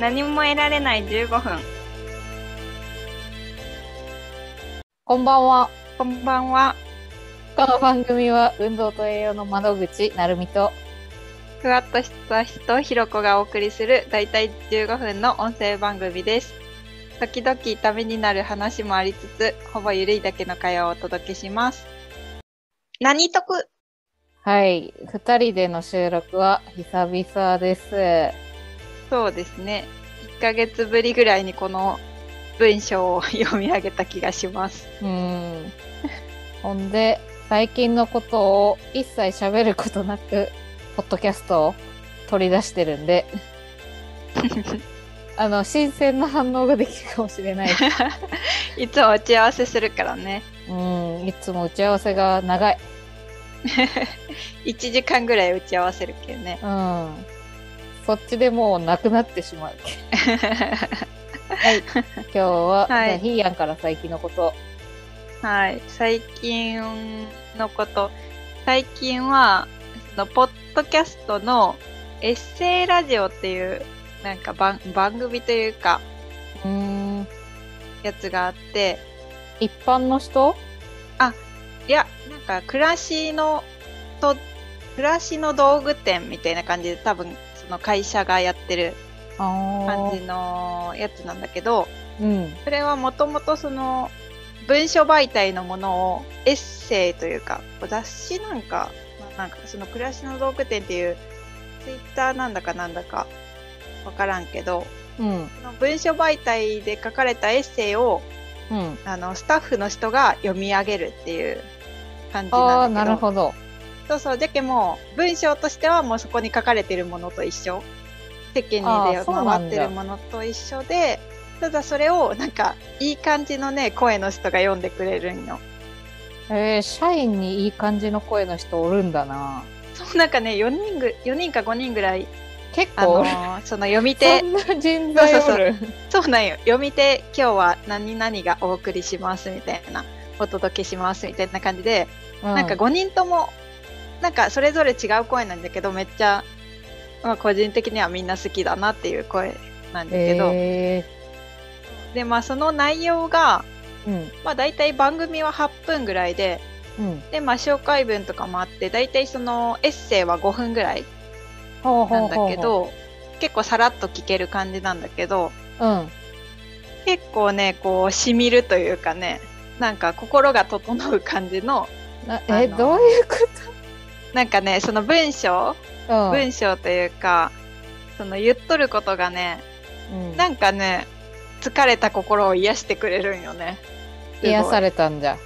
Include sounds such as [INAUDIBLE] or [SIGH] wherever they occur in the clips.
何も得られない15分。こんばんは。こんばんは。この番組は運動と栄養の窓口なるみとふわっとした人、ひろこがお送りする、だいたい15分の音声番組です。時々ためになる話もありつつ、ほぼゆるいだけの会話をお届けします。何得はい2人での収録は久々ですそうですね。1ヶ月ぶりぐらいにこの文章を [LAUGHS] 読み上げた気がし [LAUGHS] ます。うーんほんで最近のことを一切喋ることなくポッドキャストを取り出してるんであの新鮮な反応ができるかもしれない [LAUGHS] いつも打ち合わせするからね。うーんいつも打ち合わせが長い1時間ぐらい打ち合わせるけどね。うんそっちでもうなくなってしまうはい今日はいは、じゃあヒーヤンから最近のことはい、最近のこと。最近は、その、ポッドキャストのエッセイラジオっていう、なんか番番組というか、うーんやつがあって、一般の人いや、なんか、暮らしの、と、暮らしの道具店みたいな感じで、多分、その会社がやってる感感じのやつなんだけど、うんそれはもともとその文書媒体のものをエッセイというか雑誌なんか、まあなんかその暮らしの道具店っていうツイッターなんだかなんだかわからんけど、うんその文書媒体で書かれたエッセイをうんあのスタッフの人が読み上げるっていう感じあなあんだなけど。るほどそうそう、じゃけもう文章としてはもうそこに書かれてるものと一緒。世間にあ出ーそうなん回だってるものと一緒で、ただそれをなんかいい感じのね、声の人が読んでくれるんよ。えー、社員にいい感じの声の人おるんだなそうなんかね、4人ぐ、四人か5人ぐらい、結あ構のおるーその読み手そ、んな人材おるそうなんよ。読み手、今日は何々がお送りしますみたいな、お届けしますみたいな感じで、なんかご5人とも、なんかそれぞれ違う声なんだけど、めっちゃ、まあ、個人的にはみんな好きだなっていう声なんだけど、えで、まあその内容が、ー、うんまあ大体番組は8分ぐらいで、うんで、まあ紹介文とかもあって、大体そのエッセイは5分ぐらいほうなほうんほだうけほうど、結構さらっと聞ける感じなんだけど、うん結構ね、こう、しみるというかね、なんか心が整う感じの、なえあのーどういうこなんかね、その文章と文章というか、その言っとることがね、うん、なんかね、疲れた心を癒してくれるんよね。すごい癒されたんじゃ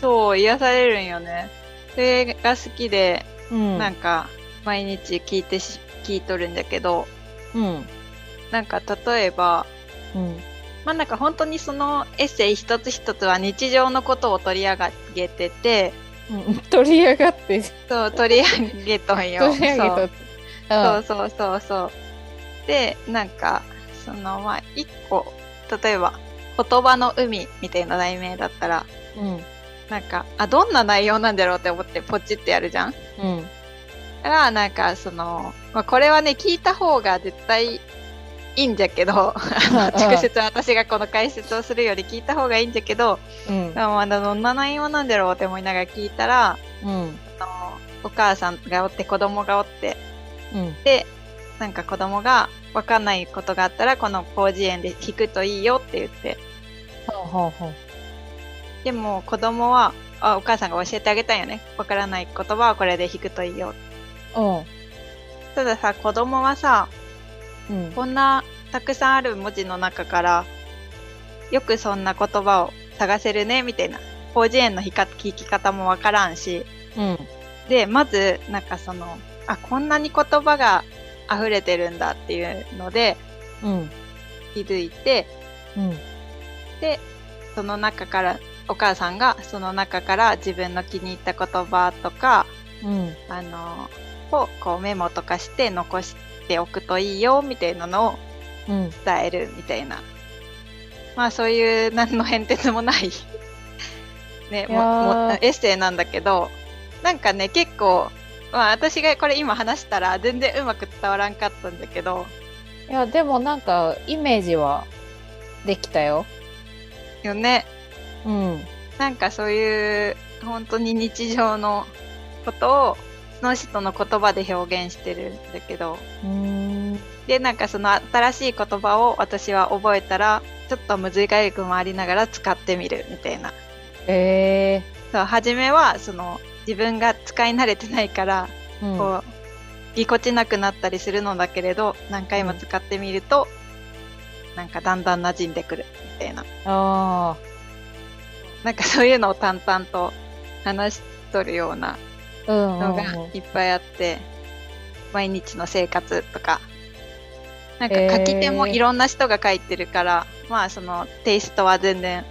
そう、癒されるんよね。それが好きで、うんなんか、毎日聞いてし、聞いとるんだけど、うんなんか例えば、うんまあなんか本当にそのエッセイ一つ一つは日常のことを取り上げてて、うん取り上がってそう、取り上げとんよ。 [LAUGHS] 取り上げそうとってそうそうそうそう。で、なんか、その、まあ、一個、例えば、言葉の海みたいな題名だったら、うんうんなんか、あ、どんな内容なんだろうって思ってポチってやるじゃんだうんから、なんか、その、まあ、これはね、聞いた方が絶対いいんじゃけど、あの直接私がこの解説をするより聞いた方がいいんじゃけど、うんまあ、どんな内容なんだろうって思いながら聞いたら、うんあのお母さんがおって子供がおって、うんでなんか子供が分かんないことがあったらこの広辞苑で聞くといいよって言ってほうほうほうでも子供はあお母さんが教えてあげたんよね分からない言葉はこれで聞くといいよおうたださ子供はさうんこんなたくさんある文字の中からよくそんな言葉を探せるねみたいな広辞苑の聞か聞き方も分からんしうんでまずなんかそのあこんなに言葉が溢れてるんだっていうのでうん気づいてうんその中からお母さんがその中から自分の気に入った言葉とかうんあのをこうメモとかして残しておくといいよみたいなのをうん伝えるみたいなまあそういう何の変哲もない [LAUGHS] ねいもやーもエッセイなんだけどなんかね結構、まあ、私がこれ今話したら全然うまく伝わらんかったんだけどいや、でもなんか、イメージはできたよ。よね。うん。なんかそういう本当に日常のことをその人の言葉で表現してるんだけどうん。でなんかその新しい言葉を私は覚えたらちょっとむずいがゆくもありながら使ってみるみたいなえそう初めはその自分が使い慣れてないからー。うんこうぎこちなくなったりするのだけれど何回も使ってみるとなんかだんだん馴染んでくるみたいなあなんかそういうのを淡々と話しとるようなあ。うんうんのがうん。いっぱいあって、毎日の生活とかなんかへー書き手もいろんな人が書いてるから、まあそのテイストは全然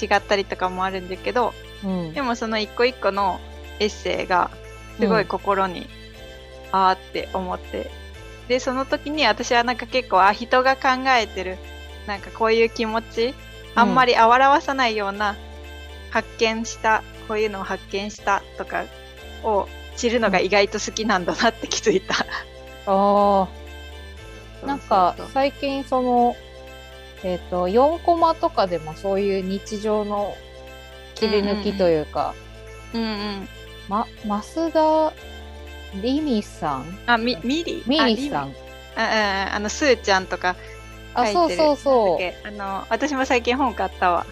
違ったりとかもあるんだけどうんでもその一個一個のエッセイがすごい心に、ああって思ってでその時に私はなんか結構あ人が考えてるなんかこういう気持ちあんまり表さないような発見したこういうのを発見したとかを知るのが意外と好きなんだなって気づいた。ああ。なんかそうそうそう最近その、えっ、と、4コマとかでもそういう日常の切り抜きというか、うんうん、ま、増田りみさんあみミリみりさあリん。あああのスーちゃんとか書あ、いてるそうなんだっそうそう。けあの私も最近本買ったわ。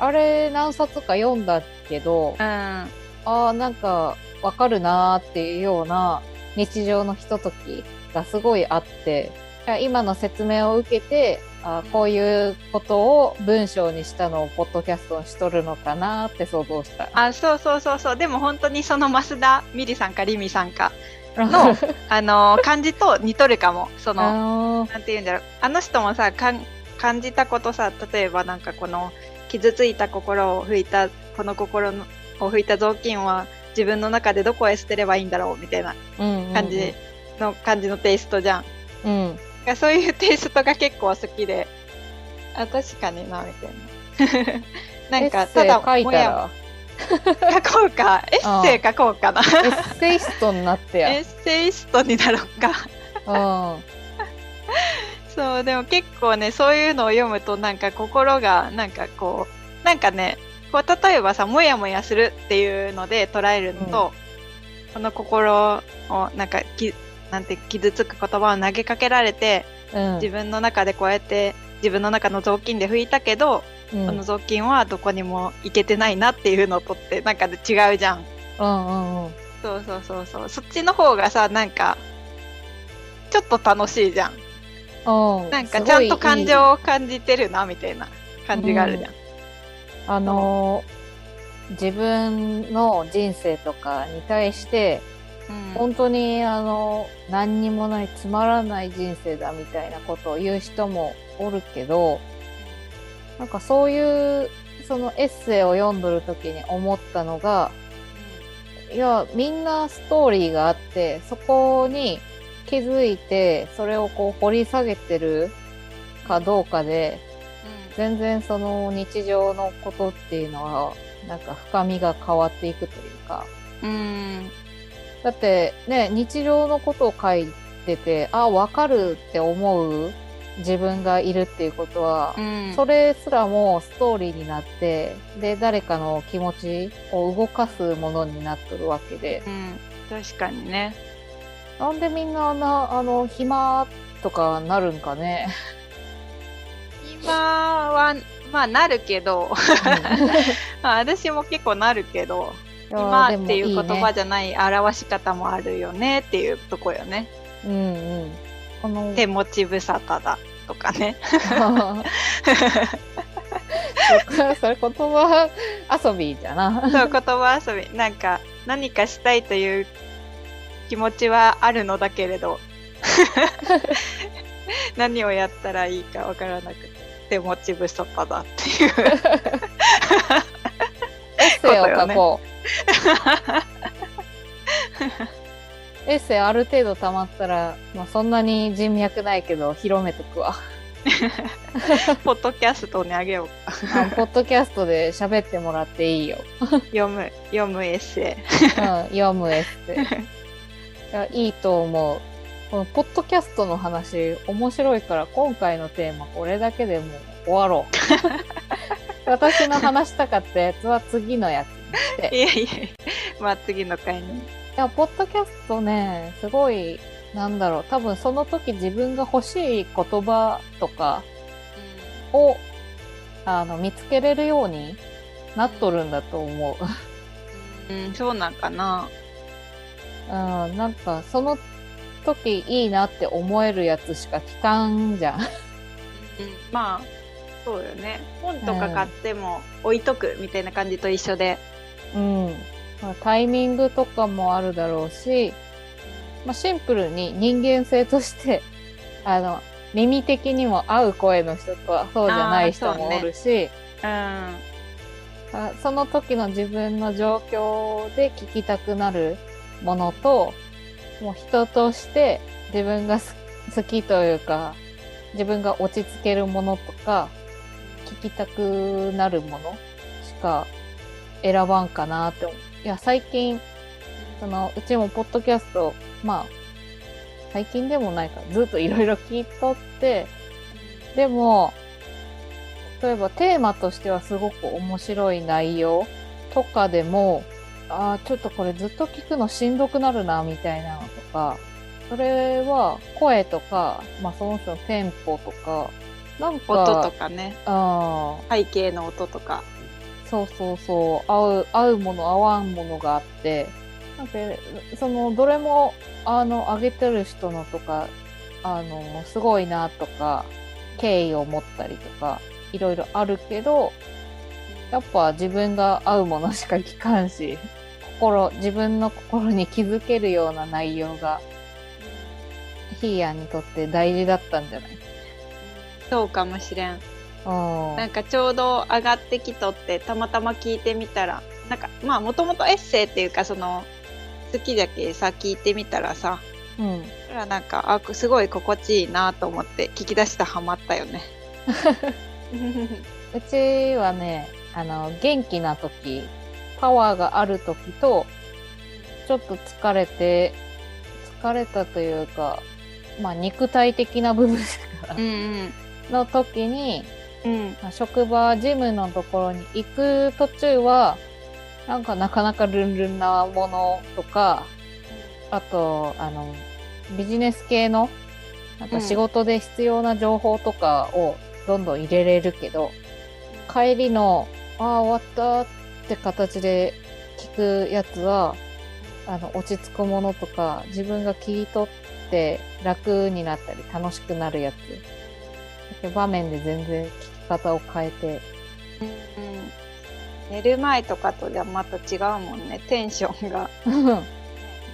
あれ何冊か読んだけど、うんああ、なんかわかるなーっていうような日常のひとときがすごいあって、いや今の説明を受けて、あーこういうことを文章にしたのをポッドキャストにしとるのかなーって想像した。 [LAUGHS] あそうそうそうそうでも本当にその増田みりさんかりみさんかのあ [LAUGHS] の漢字と似とるかもそのあーなんて言うんだろうあの人もさかん感じたことさ例えばなんかこの傷ついた心を拭いたこの心のを拭いた雑巾は自分の中でどこへ捨てればいいんだろうみたいな [LAUGHS] うんうん感じの感じのテイストじゃん。うん。だからそういうテイストが結構好きであ確かになみたいな。 [LAUGHS] なんかたエッだセイ書いもたやら、もや書こうかエッセイ書こうかな。エッセイストになって [LAUGHS] や。エッセイストになろうか [LAUGHS] うん。そうでも結構ねそういうのを読むとなんか心がなんかこうなんかねこう例えばさモヤモヤするっていうので捉えるのと、この心をなんかきなんて傷つく言葉を投げかけられてうん自分の中でこうやって自分の中の雑巾で拭いたけど、うんこの雑巾はどこにも行けてないなっていうのとってなんか違うじゃん。うんうんそうそうそうそうそっちの方がさなんかちょっと楽しいじゃん。うん。うん。なんかすごいちゃんとい感い情を感じてるなみたいな感じがあるじゃん。あのー自分の人生とかに対して、うん本当にあのー何にもないつまらない人生だみたいなことを言う人もおるけどなんかそういうそのエッセイを読んどる時に思ったのがいやみんなストーリーがあってそこに気づいてそれをこう掘り下げてるかどうかで全然その日常のことっていうのはなんか深みが変わっていくというかうんうんだってね日常のことを書いててあ分かるって思う自分がいるっていうことはう、んそれすらもストーリーになってで誰かの気持ちを動かすものになっとるわけでうん確かにね。なんでみんなあんなあの暇とかなるん [LAUGHS] かね。今はまあなるけど [LAUGHS] まあ私も結構なるけど今っていう言葉じゃない表し方もあるよねっていうとこよね。うんうん、この手持ち無沙汰だとかね。それ言葉遊びじゃな。そう言葉遊びなんか何かしたいという気持ちはあるのだけれど [LAUGHS] 何をやったらいいかわからなくて手持ち無沙汰だっていうエッセイを書こ [LAUGHS] う。エッセイある程度溜まったら、まあ、そんなに人脈ないけど広めとくわ。ポッドキャストにあげようあのポッドキャストで喋ってもらっていいよ。読む読むエッセうん、読むエッセイ。いやいいと思う。このポッドキャストの話面白いから今回のテーマこれだけでもう終わろう私の話したかったやつは次のやつにしていやいやまあ次の回にいや、ポッドキャストね、すごい、なんだろう、多分その時自分が欲しい言葉とかを、あの、見つけれるようになっとるんだと思うう。ん、うんそうなんかなうん、なんか、その時いいなって思えるやつしか聞かんじゃん。まあそうよね本とか買っても置いとくみたいな感じと一緒で、 [LAUGHS] うん。まあタイミングとかもあるだろうし、まあ、シンプルに人間性として、 [LAUGHS] あの、耳的にも合う声の人とはそうじゃない人もおるし、うんあその時の自分の状況で聞きたくなるものと、もう人として自分がす好きというか、自分が落ち着けるものとか、聞きたくなるものしか選ばんかなって思う。いや、最近、その、うちもポッドキャスト、まあ、最近でもないから、ずっといろいろ聞いとって、でも、例えばテーマとしてはすごく面白い内容とかでも、ああ、ちょっとこれずっと聞くのしんどくなるな、みたいなのとか、それは声とか、まあその人のテンポとか、なんか、音とかねあ背景の音とかーそうそうそう、合う、合うもの合わんものがあって、なんか、その、どれも、あの、上げてる人のとか、あの、すごいなとか、敬意を持ったりとか、いろいろあるけど、やっぱ自分が合うものしか聞かんし、心、自分の心に気づけるような内容が、ヒーヤンにとって大事だったんじゃないそうかもしれんうんなんかちょうど上がってきとってたまたま聞いてみたらなんかまあもともとエッセイっていうかその好きだけさ聞いてみたらさうん。そしたらなんかあすごい心地いいなと思って聞き出したハマったよ [LAUGHS] ねうちはね、あの、元気な時、パワーがある時と、ちょっと疲れて、疲れたというか、まあ肉体的な部分うんの時に、うんうんまあ職場、ジムのところに行く途中は、なんかなかなかルンルンなものとか、あと、あの、ビジネス系の、なんか仕事で必要な情報とかをどんどん入れれるけど、帰りの、ああ、終わったって形で聞くやつは、あの、落ち着くものとか、自分が聞い取って楽になったり楽しくなるやつ。場面で全然聞き方を変えて、 [LAUGHS] うん寝る前とかとじゃまた違うもんねテンションが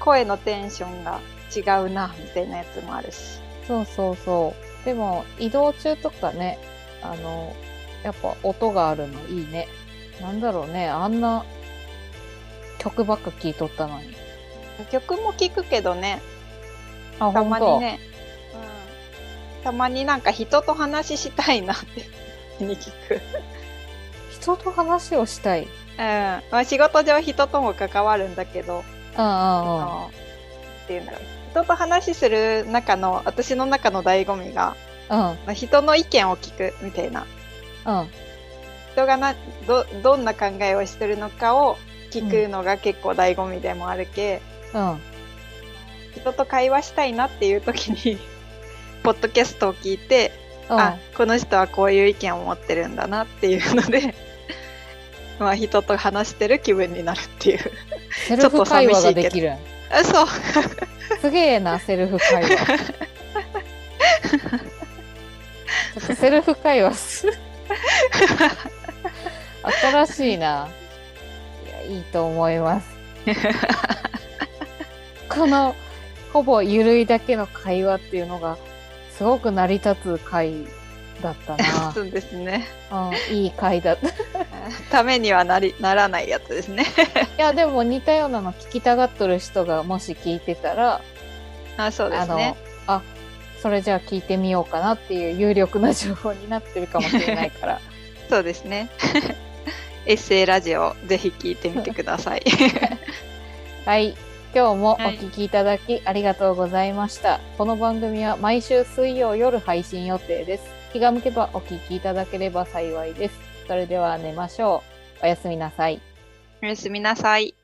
声のテンションが違うなみたいなやつもあるしそうそうそう。でも、移動中とかね、あの、やっぱ音があるのいいね。なんだろうね、あんな曲ばっか聴いとったのに。曲も聞くけどねたあ、ほんまとに。ね、うん、たまになんか人と話ししたいなって [LAUGHS] 時に聞く、人と話をしたい。うんまあ、仕事上人とも関わるんだけど、うんうあんうん。のっていうんだろう人と話しする中の私の中の醍醐味がうんまあ人の意見を聞くみたいなうん。人がなどどんな考えをしてるのかを聞くのが結構醍醐味でもあるけ、うん。人と会話したいなっていう時に [LAUGHS] ポッドキャストを聞いて、あこの人はこういう意見を持ってるんだなっていうので [LAUGHS] まあ人と話してる気分になるっていうセルフ会話ができるん。あそう。すげえな、セルフ会話。ちょっとセルフ会話す新しいな。いや、いいと思います。この、ほぼゆるいだけの会話っていうのが、すごく成り立つ会だったな [LAUGHS] そうですねうん、いい会だった。いためにはなりならないやつですねや、でも似たようなの聞きたがっとる人がもし聞いてたら、あそうであすのねあそれじゃあ聞いてみようかなっていう有力な情報になってるかもしれないからそうですね [LAUGHS] エッセイラジオぜひ聞いてみてくださいはい今日もおはい聞きいただきありがとうございました、この番組は毎週水曜夜配信予定です気が向けばお聞きいただければ幸いですそれでは寝ましょうおやすみなさい [LAUGHS] おやすみなさい。